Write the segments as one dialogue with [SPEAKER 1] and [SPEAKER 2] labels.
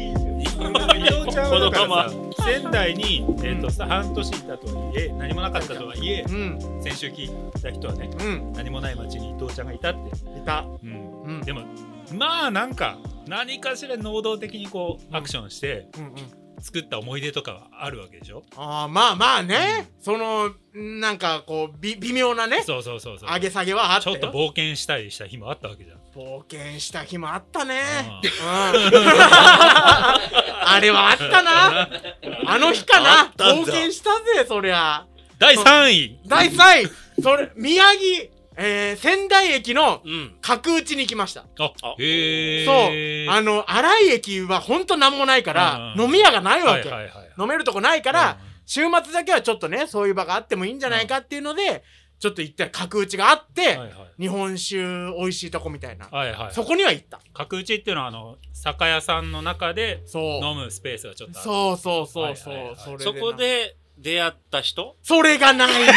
[SPEAKER 1] こ
[SPEAKER 2] この
[SPEAKER 1] のま
[SPEAKER 2] まま
[SPEAKER 1] ま仙台に、えーとさ半年いたとはいえ何もなかったとはいえ
[SPEAKER 2] うん
[SPEAKER 1] 先週聞いた人はね
[SPEAKER 2] うん
[SPEAKER 1] 何もない町に伊藤ちゃんがいたって、
[SPEAKER 2] いた
[SPEAKER 1] うん
[SPEAKER 2] うん
[SPEAKER 1] でもまあなんか何かしら能動的にこうアクションして
[SPEAKER 2] うんうん
[SPEAKER 1] 作った思い出とかはあるわけでしょ、
[SPEAKER 2] あーまあまあね、そのなんかこうび微妙なね
[SPEAKER 1] そうそうそうそう
[SPEAKER 2] 上げ下げはあっ
[SPEAKER 1] ち
[SPEAKER 2] た
[SPEAKER 1] ょ
[SPEAKER 2] よ
[SPEAKER 1] っと冒険したりした日もあったわけじゃん、
[SPEAKER 2] 冒険した日もあったね
[SPEAKER 1] うん
[SPEAKER 2] うん あれはあったなあの日か
[SPEAKER 1] あ
[SPEAKER 2] な
[SPEAKER 1] ったん
[SPEAKER 2] 冒
[SPEAKER 1] だ
[SPEAKER 2] 険したぜそりゃ
[SPEAKER 1] 第3位
[SPEAKER 2] 第3位それ宮城、えー仙台駅の
[SPEAKER 3] うん。
[SPEAKER 2] 角打ちに行きました
[SPEAKER 1] あ
[SPEAKER 3] あ
[SPEAKER 1] へえ
[SPEAKER 2] そうあの荒井駅はほんと何もないから、
[SPEAKER 1] うん
[SPEAKER 2] 飲み屋がないわ
[SPEAKER 1] はい
[SPEAKER 2] け、
[SPEAKER 1] はいはい
[SPEAKER 2] 飲めるとこないから、週末だけはちょっとねそういう場があってもいいんじゃないかっていうので、ちょっと行ったら角打ちがあって、
[SPEAKER 1] うんはいはい
[SPEAKER 2] 日本酒美味しいとこみたいな、
[SPEAKER 1] はいはい
[SPEAKER 2] そこには行った
[SPEAKER 1] 角打ちっていうのはあの酒屋さんの中で
[SPEAKER 2] そ
[SPEAKER 1] 飲むスペースがちょっ
[SPEAKER 2] う
[SPEAKER 1] とある
[SPEAKER 2] そうそうそうそう、
[SPEAKER 1] はいはいはい
[SPEAKER 2] それでな
[SPEAKER 3] そこで出会った人
[SPEAKER 2] それがないん だ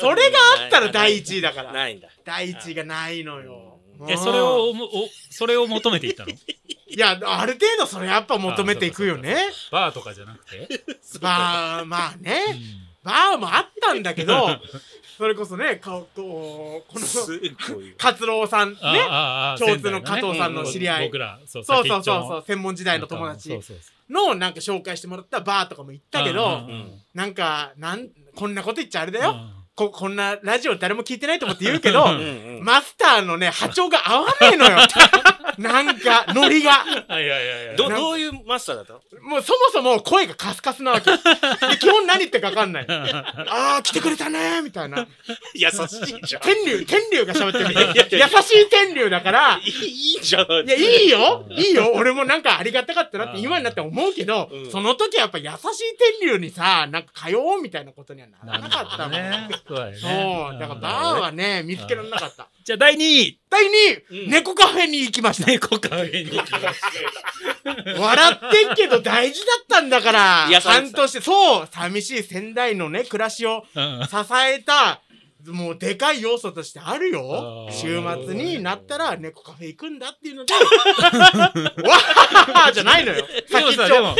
[SPEAKER 2] それがあったら第一位だから
[SPEAKER 3] ないんだ。
[SPEAKER 2] 第一位がないのよ
[SPEAKER 3] う
[SPEAKER 1] え
[SPEAKER 2] うん
[SPEAKER 1] それをおもおそれを求めていったの
[SPEAKER 2] いやある程度それやっぱ 求めていくよね
[SPEAKER 1] バーとかじゃなく て、
[SPEAKER 2] まあまあね、
[SPEAKER 1] うん
[SPEAKER 2] バーもあったんだけ どそれこそね顔とこ
[SPEAKER 3] す
[SPEAKER 2] の
[SPEAKER 3] ごいわ。
[SPEAKER 2] 達郎さんね
[SPEAKER 1] ああああ
[SPEAKER 2] 共通の
[SPEAKER 1] 仙台
[SPEAKER 2] 加藤
[SPEAKER 3] さんの
[SPEAKER 2] 知り合い
[SPEAKER 1] うん僕らそう
[SPEAKER 2] そう
[SPEAKER 1] 先
[SPEAKER 2] そ
[SPEAKER 1] っ
[SPEAKER 2] う
[SPEAKER 1] ちょ
[SPEAKER 2] そう
[SPEAKER 1] の
[SPEAKER 2] そう専門時代の友達
[SPEAKER 1] そうそうそ
[SPEAKER 2] のなんか紹介してもらったバーとかも行ったけ
[SPEAKER 1] う
[SPEAKER 2] ど
[SPEAKER 1] んうん
[SPEAKER 2] なんかなんこんなこと言っちゃあれだ
[SPEAKER 1] う
[SPEAKER 2] よここんなラジオ誰も聞いてないと思って言うけ
[SPEAKER 1] う
[SPEAKER 2] ど
[SPEAKER 1] ん
[SPEAKER 3] うんうん
[SPEAKER 2] マスターのね波長が合わねえのよ なんかノリが
[SPEAKER 1] うんはいはいはいはい
[SPEAKER 3] ど、
[SPEAKER 2] なんか
[SPEAKER 3] どういうマスターだったの
[SPEAKER 2] もうそもそも声がカスカスなわけで基本何言ってか分か んないあー来てくれたねーみたいな
[SPEAKER 3] 優しいじゃん。
[SPEAKER 2] 天竜天竜が喋ってるみたい
[SPEAKER 3] いやいや
[SPEAKER 2] 優しい天竜だから
[SPEAKER 3] いいいいじゃん。
[SPEAKER 2] いや、いいよいいよ俺もなんかありがたかったなっ
[SPEAKER 1] う
[SPEAKER 2] て
[SPEAKER 1] ん
[SPEAKER 2] 今になって思うけど、
[SPEAKER 3] うん
[SPEAKER 2] その時はやっぱ優しい天竜にさ、なんか通おうみたいなことにはならなかったもん。
[SPEAKER 1] なるほどね
[SPEAKER 2] そ
[SPEAKER 1] そう
[SPEAKER 2] う
[SPEAKER 1] だよね、
[SPEAKER 2] だからバー
[SPEAKER 1] は
[SPEAKER 2] はね、見つけられなかった。
[SPEAKER 1] じゃあ第2位
[SPEAKER 2] 第2位、
[SPEAKER 3] うん
[SPEAKER 2] 猫カフェに行きました。
[SPEAKER 1] 猫カフェ に行きまし
[SPEAKER 2] 笑ってんけど大事だったんだから、
[SPEAKER 3] 癒されて
[SPEAKER 2] 半
[SPEAKER 3] た
[SPEAKER 2] 年、そう、寂しい仙台のね、暮らしを
[SPEAKER 1] たうん
[SPEAKER 2] 支えた、もうでかい要素としてあるよ
[SPEAKER 1] あ。ー
[SPEAKER 2] 週末になったら猫カフェ行くんだっていうので、わはははじゃないのよ。
[SPEAKER 1] でも
[SPEAKER 2] 先っ
[SPEAKER 1] さ
[SPEAKER 2] ち
[SPEAKER 1] で
[SPEAKER 2] ょわ
[SPEAKER 1] も
[SPEAKER 2] は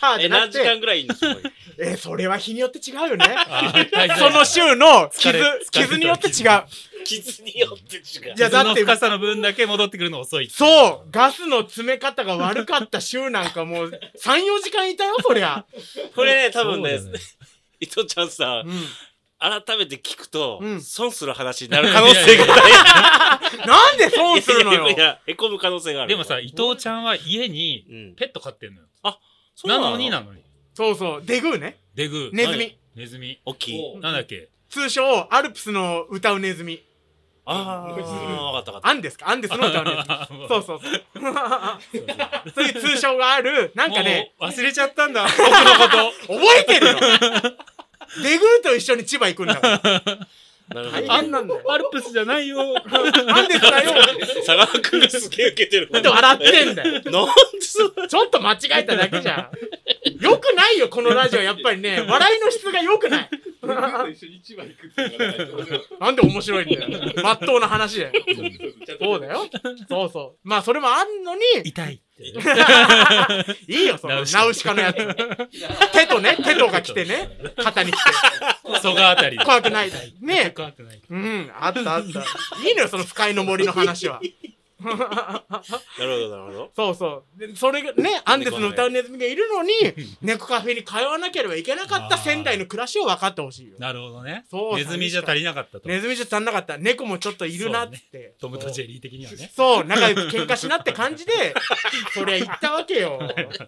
[SPEAKER 2] ははじ
[SPEAKER 3] え、
[SPEAKER 2] ゃな
[SPEAKER 3] 何
[SPEAKER 2] く
[SPEAKER 3] 時
[SPEAKER 2] て、
[SPEAKER 3] 間ぐらいいんのすごい
[SPEAKER 2] えーそれは日によって違うよね。
[SPEAKER 1] あー大丈夫
[SPEAKER 2] その週の
[SPEAKER 1] 疲
[SPEAKER 2] 傷
[SPEAKER 1] れ、疲れた
[SPEAKER 2] 傷によって違う。
[SPEAKER 3] 傷によって違う。
[SPEAKER 2] いやだ
[SPEAKER 1] 傷の
[SPEAKER 2] って
[SPEAKER 1] 深さの分だけ戻ってくるの遅いってい
[SPEAKER 2] そう、ガスの詰め方が悪かった週なんかもう3、4時間いたよ、そりゃ。
[SPEAKER 3] これね、多分
[SPEAKER 1] そう
[SPEAKER 3] ね
[SPEAKER 1] だよね、
[SPEAKER 3] 伊藤ちゃんさ
[SPEAKER 2] う、ん。
[SPEAKER 3] 改めて聞くと
[SPEAKER 2] うん、
[SPEAKER 3] 損する話になる可能性がない。
[SPEAKER 2] なんで損するの
[SPEAKER 3] いやいやい
[SPEAKER 2] よ。
[SPEAKER 3] や、へこむ可能性がある。
[SPEAKER 1] でもさ、伊藤ちゃんは家に
[SPEAKER 3] うん、
[SPEAKER 1] ペット飼ってんのよ。
[SPEAKER 3] そう
[SPEAKER 1] なのになのに。
[SPEAKER 2] そうそう、デグーね。
[SPEAKER 1] デグー。
[SPEAKER 2] ネズ
[SPEAKER 3] は
[SPEAKER 2] ミ。
[SPEAKER 1] ネズミ。
[SPEAKER 3] 大きい。
[SPEAKER 1] なんだっけ
[SPEAKER 2] 通称、アルプスの歌うネズミ。
[SPEAKER 3] ああ、わかったわかっ
[SPEAKER 2] アンですかアンデスの歌うネズミ。
[SPEAKER 1] も
[SPEAKER 2] そうそうそう。そういう通称がある、なんかね、
[SPEAKER 1] もう忘れちゃったん だ、僕のこ
[SPEAKER 2] 覚えてるよデグーと一緒に千葉行くんだから。
[SPEAKER 3] た。なるほ
[SPEAKER 2] 大
[SPEAKER 3] ど。
[SPEAKER 2] 変なんだよ。
[SPEAKER 1] と。アルプスじゃないよ。
[SPEAKER 2] アンデスだよ。
[SPEAKER 3] 佐川くんがすげえ受けてる。
[SPEAKER 2] なんで笑ってんだよ。
[SPEAKER 3] なんでそんな
[SPEAKER 2] ちょっと間違えただけじゃん。よくないよ、このラジオ。やっぱりね、笑いの質がよくない。
[SPEAKER 4] 一緒に千葉行くって言われたら
[SPEAKER 2] なんで面白いんだよ。まっとうな話だよ。そうだよ。そうそう。まあ、それもあんのに、
[SPEAKER 1] 痛い。
[SPEAKER 2] いいよ、そ
[SPEAKER 1] ナ
[SPEAKER 2] の、
[SPEAKER 1] ウシカ
[SPEAKER 2] ナウシカのやつ。手とね、手とが来てね、肩に来て。
[SPEAKER 1] そがあたり。
[SPEAKER 2] 怖くない。
[SPEAKER 1] ね
[SPEAKER 2] ね。
[SPEAKER 1] 怖くない。
[SPEAKER 2] うん、あったあった。いいのよ、その不快の森の話は。
[SPEAKER 3] なるほど、なるほど。
[SPEAKER 2] そうそう。でそれがね、アンデスの歌うネズミがいるのに、猫カフェに通わなければいけなかった仙台の暮らしを分かってほしいよ。
[SPEAKER 1] なるほどね
[SPEAKER 2] そ。う
[SPEAKER 1] ネズミじゃ足りなかったと。
[SPEAKER 2] ネズミじゃ足んなかった。猫もちょっといるなっつって。
[SPEAKER 1] トムとジェリー的にはね。
[SPEAKER 2] そう、仲良く喧嘩しなって感じで、そりゃ行ったわけよ。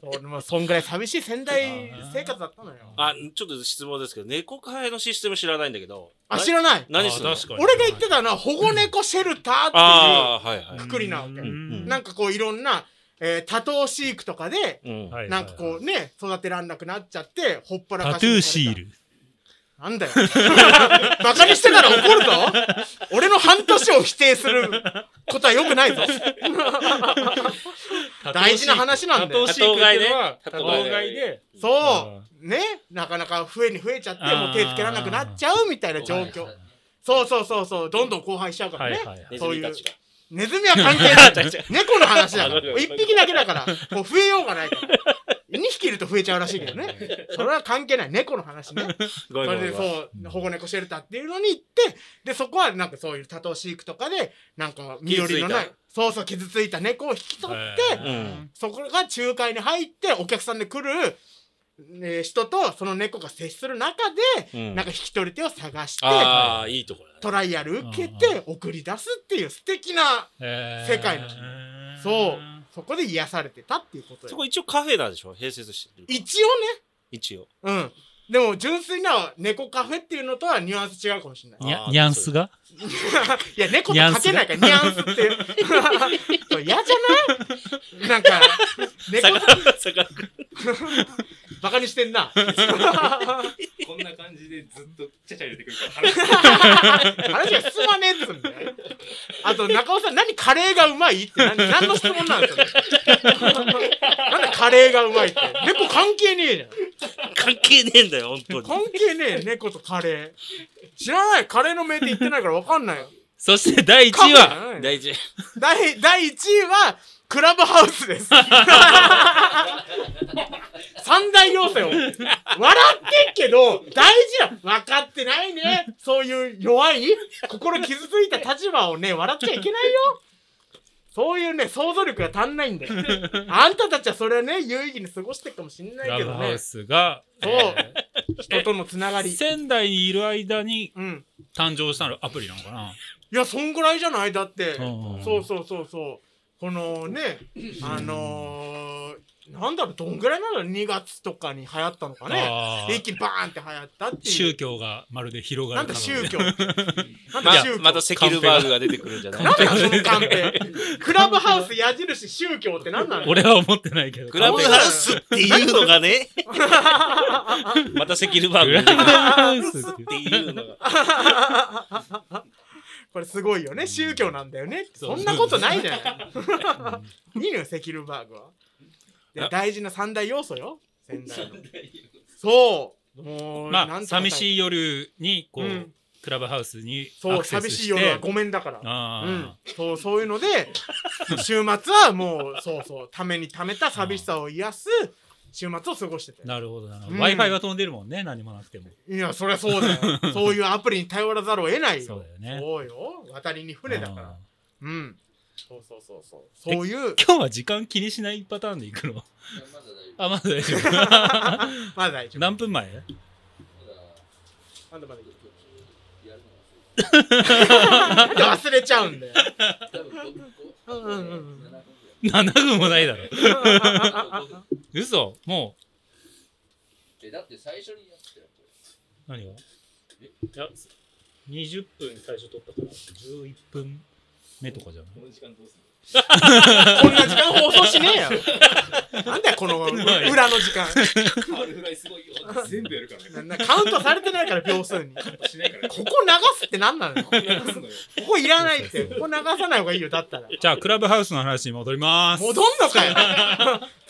[SPEAKER 2] そうもうそんぐらい寂しい仙台生活だったのよ。
[SPEAKER 3] あ、ちょっと質問ですけど、猫飼いのシステム知らないんだけど。
[SPEAKER 2] あ、知らない。
[SPEAKER 3] 何する
[SPEAKER 1] あ
[SPEAKER 3] の
[SPEAKER 1] ー確かに。
[SPEAKER 2] 俺が言ってたのは保護猫シェルターっていう
[SPEAKER 3] ああ、はいはい。
[SPEAKER 2] くくりなわけ。
[SPEAKER 1] うん
[SPEAKER 2] なんかこういろんな、えー多頭飼育とかで、
[SPEAKER 3] うん。
[SPEAKER 1] はい
[SPEAKER 2] なんかこうね、育てらんなくなっちゃって、ほっぱら
[SPEAKER 1] タ
[SPEAKER 2] か
[SPEAKER 1] ト
[SPEAKER 2] しに
[SPEAKER 1] ゥー
[SPEAKER 2] さ
[SPEAKER 1] シ
[SPEAKER 2] れた
[SPEAKER 1] ール。
[SPEAKER 2] なんだよ。 バカにしてたら怒るぞ。俺の半年を否定することは良く ないぞ。大事な話なんだよ
[SPEAKER 1] 多頭飼育っていうのは
[SPEAKER 3] 多
[SPEAKER 1] 多
[SPEAKER 3] 頭
[SPEAKER 1] 頭
[SPEAKER 3] 飼いね
[SPEAKER 1] 飼いで。
[SPEAKER 2] そう。ね。なかなか増えに増えちゃって、もう手つけられなくなっちゃうみたいな状況。そうそうそうそう。どんどん荒廃しちゃうからね。
[SPEAKER 1] はいはいはい
[SPEAKER 3] ネズ
[SPEAKER 2] そう
[SPEAKER 3] ミ
[SPEAKER 2] い
[SPEAKER 3] た
[SPEAKER 2] う
[SPEAKER 3] ち。が。
[SPEAKER 2] ネズミは関係ない。
[SPEAKER 3] 違う違う
[SPEAKER 2] 猫の話だから。
[SPEAKER 3] あ
[SPEAKER 2] 一匹だけだから。もう増えようがないから。2匹いると増えちゃうらしいけどね。それは関係ない。猫の話ね。
[SPEAKER 3] ごめん
[SPEAKER 2] そ
[SPEAKER 3] ご
[SPEAKER 2] れ
[SPEAKER 3] めん
[SPEAKER 2] で
[SPEAKER 3] ごめん。
[SPEAKER 2] そう、保護猫シェルターっていうのに行って、で、そこはなんかそういう多頭飼育とかで、なんか緑のな
[SPEAKER 3] 傷つい
[SPEAKER 2] い、そうそう、傷ついた猫を引き取って、
[SPEAKER 3] うん。
[SPEAKER 2] そこが仲介に入って、お客さんで来る、えー人とその猫が接する中で、
[SPEAKER 3] うん
[SPEAKER 2] なんか引き取り手を探して、
[SPEAKER 3] ああ、いいところだね。
[SPEAKER 2] トライアル受けて送り出すっていう素敵な、世界のそう、そこで癒されてたっていうこと
[SPEAKER 3] そ
[SPEAKER 2] よ。
[SPEAKER 3] こ一応カフェなんでしょ併設してる。
[SPEAKER 2] 一応ね、
[SPEAKER 3] 一応。
[SPEAKER 2] うん。でも純粋な猫カフェっていうのとはニュアンス違うかもしれない。
[SPEAKER 1] ニ
[SPEAKER 3] あー
[SPEAKER 1] ャニャンスが
[SPEAKER 2] いや、猫と書けないから、ニャンスって。 そう嫌じゃないなんか、猫と
[SPEAKER 3] 坂君
[SPEAKER 2] バカにしてん な。
[SPEAKER 4] こんな感じでずっとちゃちゃ入れてくるから話
[SPEAKER 2] 話が進まねえっつうんだよ。あと、中尾さん、何カレーがうまいって何、何の質問なん ですかなんでカレーがうまいって。猫関係ねえじゃん。
[SPEAKER 3] 関係ねえんだよ、本当に。
[SPEAKER 2] 関係ね え、猫とカレー。知らない、カレーの名店言ってないから分かんないよ。
[SPEAKER 1] そして第1
[SPEAKER 2] カフ
[SPEAKER 1] 位
[SPEAKER 2] ェじゃ
[SPEAKER 1] は、
[SPEAKER 2] ない
[SPEAKER 3] 大事。
[SPEAKER 2] 第第1位はクラブハウス です。三大要素よ。笑ってっけど、大事な、分かってないね。そういう弱い、心傷ついた立場をね、笑っちゃいけないよ。そういうね、想像力が足んないんだよ。あんたたちはそれはね、有意義に過ごしてるかもしん
[SPEAKER 1] ク
[SPEAKER 2] ない
[SPEAKER 1] ラ
[SPEAKER 2] け
[SPEAKER 1] ブ
[SPEAKER 2] ど
[SPEAKER 1] ハ
[SPEAKER 2] ね
[SPEAKER 1] ウ。スが、
[SPEAKER 2] そう。人とのつながり。
[SPEAKER 1] 仙台にいる間に
[SPEAKER 2] うん。
[SPEAKER 1] 誕生したのアプリなのかない
[SPEAKER 2] や、そんぐらいじゃないだって。
[SPEAKER 1] うんうん
[SPEAKER 2] そうそうそうそう。このね、あのー、なんだろう、どんぐらいなの ?2 月とかに流行ったのかね
[SPEAKER 1] あ。ー
[SPEAKER 2] で一気にバーンって流行ったってい
[SPEAKER 1] 宗
[SPEAKER 2] う。
[SPEAKER 1] 教がまるで広が
[SPEAKER 2] なん
[SPEAKER 1] る
[SPEAKER 2] だ
[SPEAKER 1] かの
[SPEAKER 2] 宗
[SPEAKER 1] ように
[SPEAKER 2] 教。なん
[SPEAKER 3] ま
[SPEAKER 2] だ
[SPEAKER 3] た
[SPEAKER 2] 宗教。
[SPEAKER 3] またセキルバーグが出てくるんじゃない
[SPEAKER 2] なんだよそのカンペ。クラブハウス矢印宗教って何なの
[SPEAKER 1] 俺は思ってないけど。
[SPEAKER 3] クラブハウスっていうのがね。 またセキルバーグ
[SPEAKER 1] クラ
[SPEAKER 3] が出
[SPEAKER 1] ブ
[SPEAKER 3] てくる
[SPEAKER 1] ハウスっ
[SPEAKER 3] っていうのが。
[SPEAKER 2] これすごいよね。宗教なんだよね。
[SPEAKER 1] そ
[SPEAKER 2] そ
[SPEAKER 1] そ
[SPEAKER 2] うん
[SPEAKER 1] う
[SPEAKER 2] なことないじゃ ん。いいのよ、セキルバーグは。で
[SPEAKER 3] あ
[SPEAKER 2] 大事な三大要素よ。仙台の。
[SPEAKER 4] して
[SPEAKER 2] そう。もう、
[SPEAKER 1] まあ、寂
[SPEAKER 2] い。
[SPEAKER 1] しい夜に、こう、
[SPEAKER 2] うん
[SPEAKER 1] クラブハウスに
[SPEAKER 2] そ
[SPEAKER 1] ア
[SPEAKER 2] う、
[SPEAKER 1] クセス
[SPEAKER 2] 寂し
[SPEAKER 1] し
[SPEAKER 2] い
[SPEAKER 1] て。
[SPEAKER 2] 夜はごめんだから。
[SPEAKER 1] ああ、
[SPEAKER 2] うん、そうそういうので 週末はもうそうそうためにためた寂しさを癒す週末を過ごしてて
[SPEAKER 1] なるほどなるほど。
[SPEAKER 2] うん
[SPEAKER 1] Wi-Fi は飛んでるもんね、何もなくても。
[SPEAKER 2] いやそりゃそう だよそういうアプリに頼らざるを得ないよ
[SPEAKER 1] そうだよね
[SPEAKER 2] そうよ渡りに船だから
[SPEAKER 1] ああ
[SPEAKER 2] うんそうそうそうそうそ ういう
[SPEAKER 1] 今日は時間気にしないパターンで行くの。あ、まだ大丈
[SPEAKER 2] まだ
[SPEAKER 1] 夫。
[SPEAKER 2] 大丈夫
[SPEAKER 1] 何分前
[SPEAKER 2] まだまだ いや 忘れちゃうんだよ。うん うんうん。
[SPEAKER 1] ?7 分もないだ ろ。嘘も
[SPEAKER 4] えだって最初にやってたよこ
[SPEAKER 1] う、何がいや、20分最初取ったから、11分目とかじゃない
[SPEAKER 4] れこの時間どうする
[SPEAKER 2] こんな時間放送しねえよ。なんだよ、この裏の時間。
[SPEAKER 4] のカールフライすごいよ全部やるからね
[SPEAKER 2] なカウントされてないから、秒数に。こ
[SPEAKER 4] しないから
[SPEAKER 2] こ流すってなんなのよ。こ
[SPEAKER 4] やらすのよ
[SPEAKER 2] こいらないって。ここ流さない方がいいよ、だったら。
[SPEAKER 1] じゃあ、クラブハウスの話に戻ります。
[SPEAKER 2] 戻んのかよ。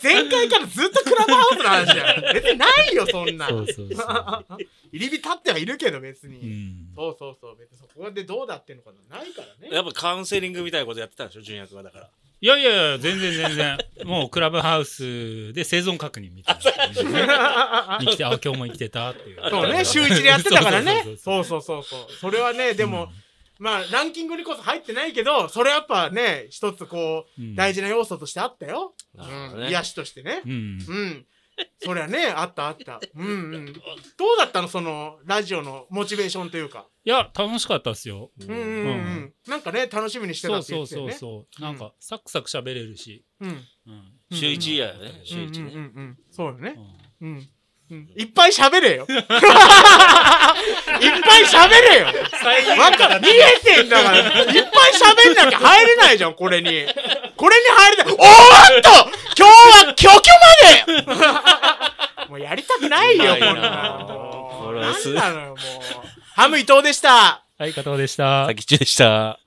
[SPEAKER 2] 前回からずっとクラブハウスの話だよ。別にないよ、そんな。
[SPEAKER 1] そうそう そう。
[SPEAKER 2] 入り浸ってはいるけど、別
[SPEAKER 1] う
[SPEAKER 2] に。
[SPEAKER 1] ん。
[SPEAKER 2] そうそうそう。別にそこでどうだっていうのかな。ないからね。
[SPEAKER 3] やっぱカウンセリングみたいなことやってたんでしょ、純也君はだから。
[SPEAKER 1] いやいやいや、全然全 然。もうクラブハウスで生存確認みたいな感じでね。生きて、あ、今日も生きてたっていう。
[SPEAKER 2] そうね、週一でやってたからね
[SPEAKER 1] そう。そ
[SPEAKER 2] そううそうそうそう。それはね、でも、まあ、ランキングにこそ入ってないけど、それやっぱね、一つこう、
[SPEAKER 1] うん
[SPEAKER 2] 大事な要素としてあったよ。
[SPEAKER 3] なるほど
[SPEAKER 2] うん
[SPEAKER 3] ね
[SPEAKER 2] 癒しとしてね
[SPEAKER 1] う。ん。
[SPEAKER 2] うん。そりゃね、あったあった。うん、うん。どうだったのその、ラジオのモチベーションというか。
[SPEAKER 1] いや、楽しかったっすよ。
[SPEAKER 2] うんうんうん。うん、なんかね、楽しみにしてた
[SPEAKER 1] そう
[SPEAKER 2] って
[SPEAKER 1] そ
[SPEAKER 2] 言
[SPEAKER 1] う
[SPEAKER 2] ってた
[SPEAKER 1] そ
[SPEAKER 2] よ
[SPEAKER 1] う
[SPEAKER 2] ね。
[SPEAKER 1] そう。
[SPEAKER 2] ん
[SPEAKER 1] なんか、サクサク喋れるし。
[SPEAKER 2] うん。
[SPEAKER 1] うん。
[SPEAKER 3] 週一やよね、
[SPEAKER 2] うん
[SPEAKER 3] 週
[SPEAKER 2] うんう
[SPEAKER 3] 一
[SPEAKER 2] んう
[SPEAKER 3] ね。
[SPEAKER 2] ん。そうよね
[SPEAKER 1] う。ん
[SPEAKER 2] うん。うんいっぱい喋れ よ。いっぱい喋れよ。わか見えてんだから。いっぱい喋んなきゃ入れないじゃん、これに。これに入れたおーっと今日は虚虚ま でもうやりたくないよ、こ
[SPEAKER 3] うんま
[SPEAKER 2] な
[SPEAKER 3] いな
[SPEAKER 2] の。
[SPEAKER 3] 殺す
[SPEAKER 2] なんなのよ、もう。ハム伊藤でした。
[SPEAKER 1] はい、片方でした。
[SPEAKER 3] 先中でした。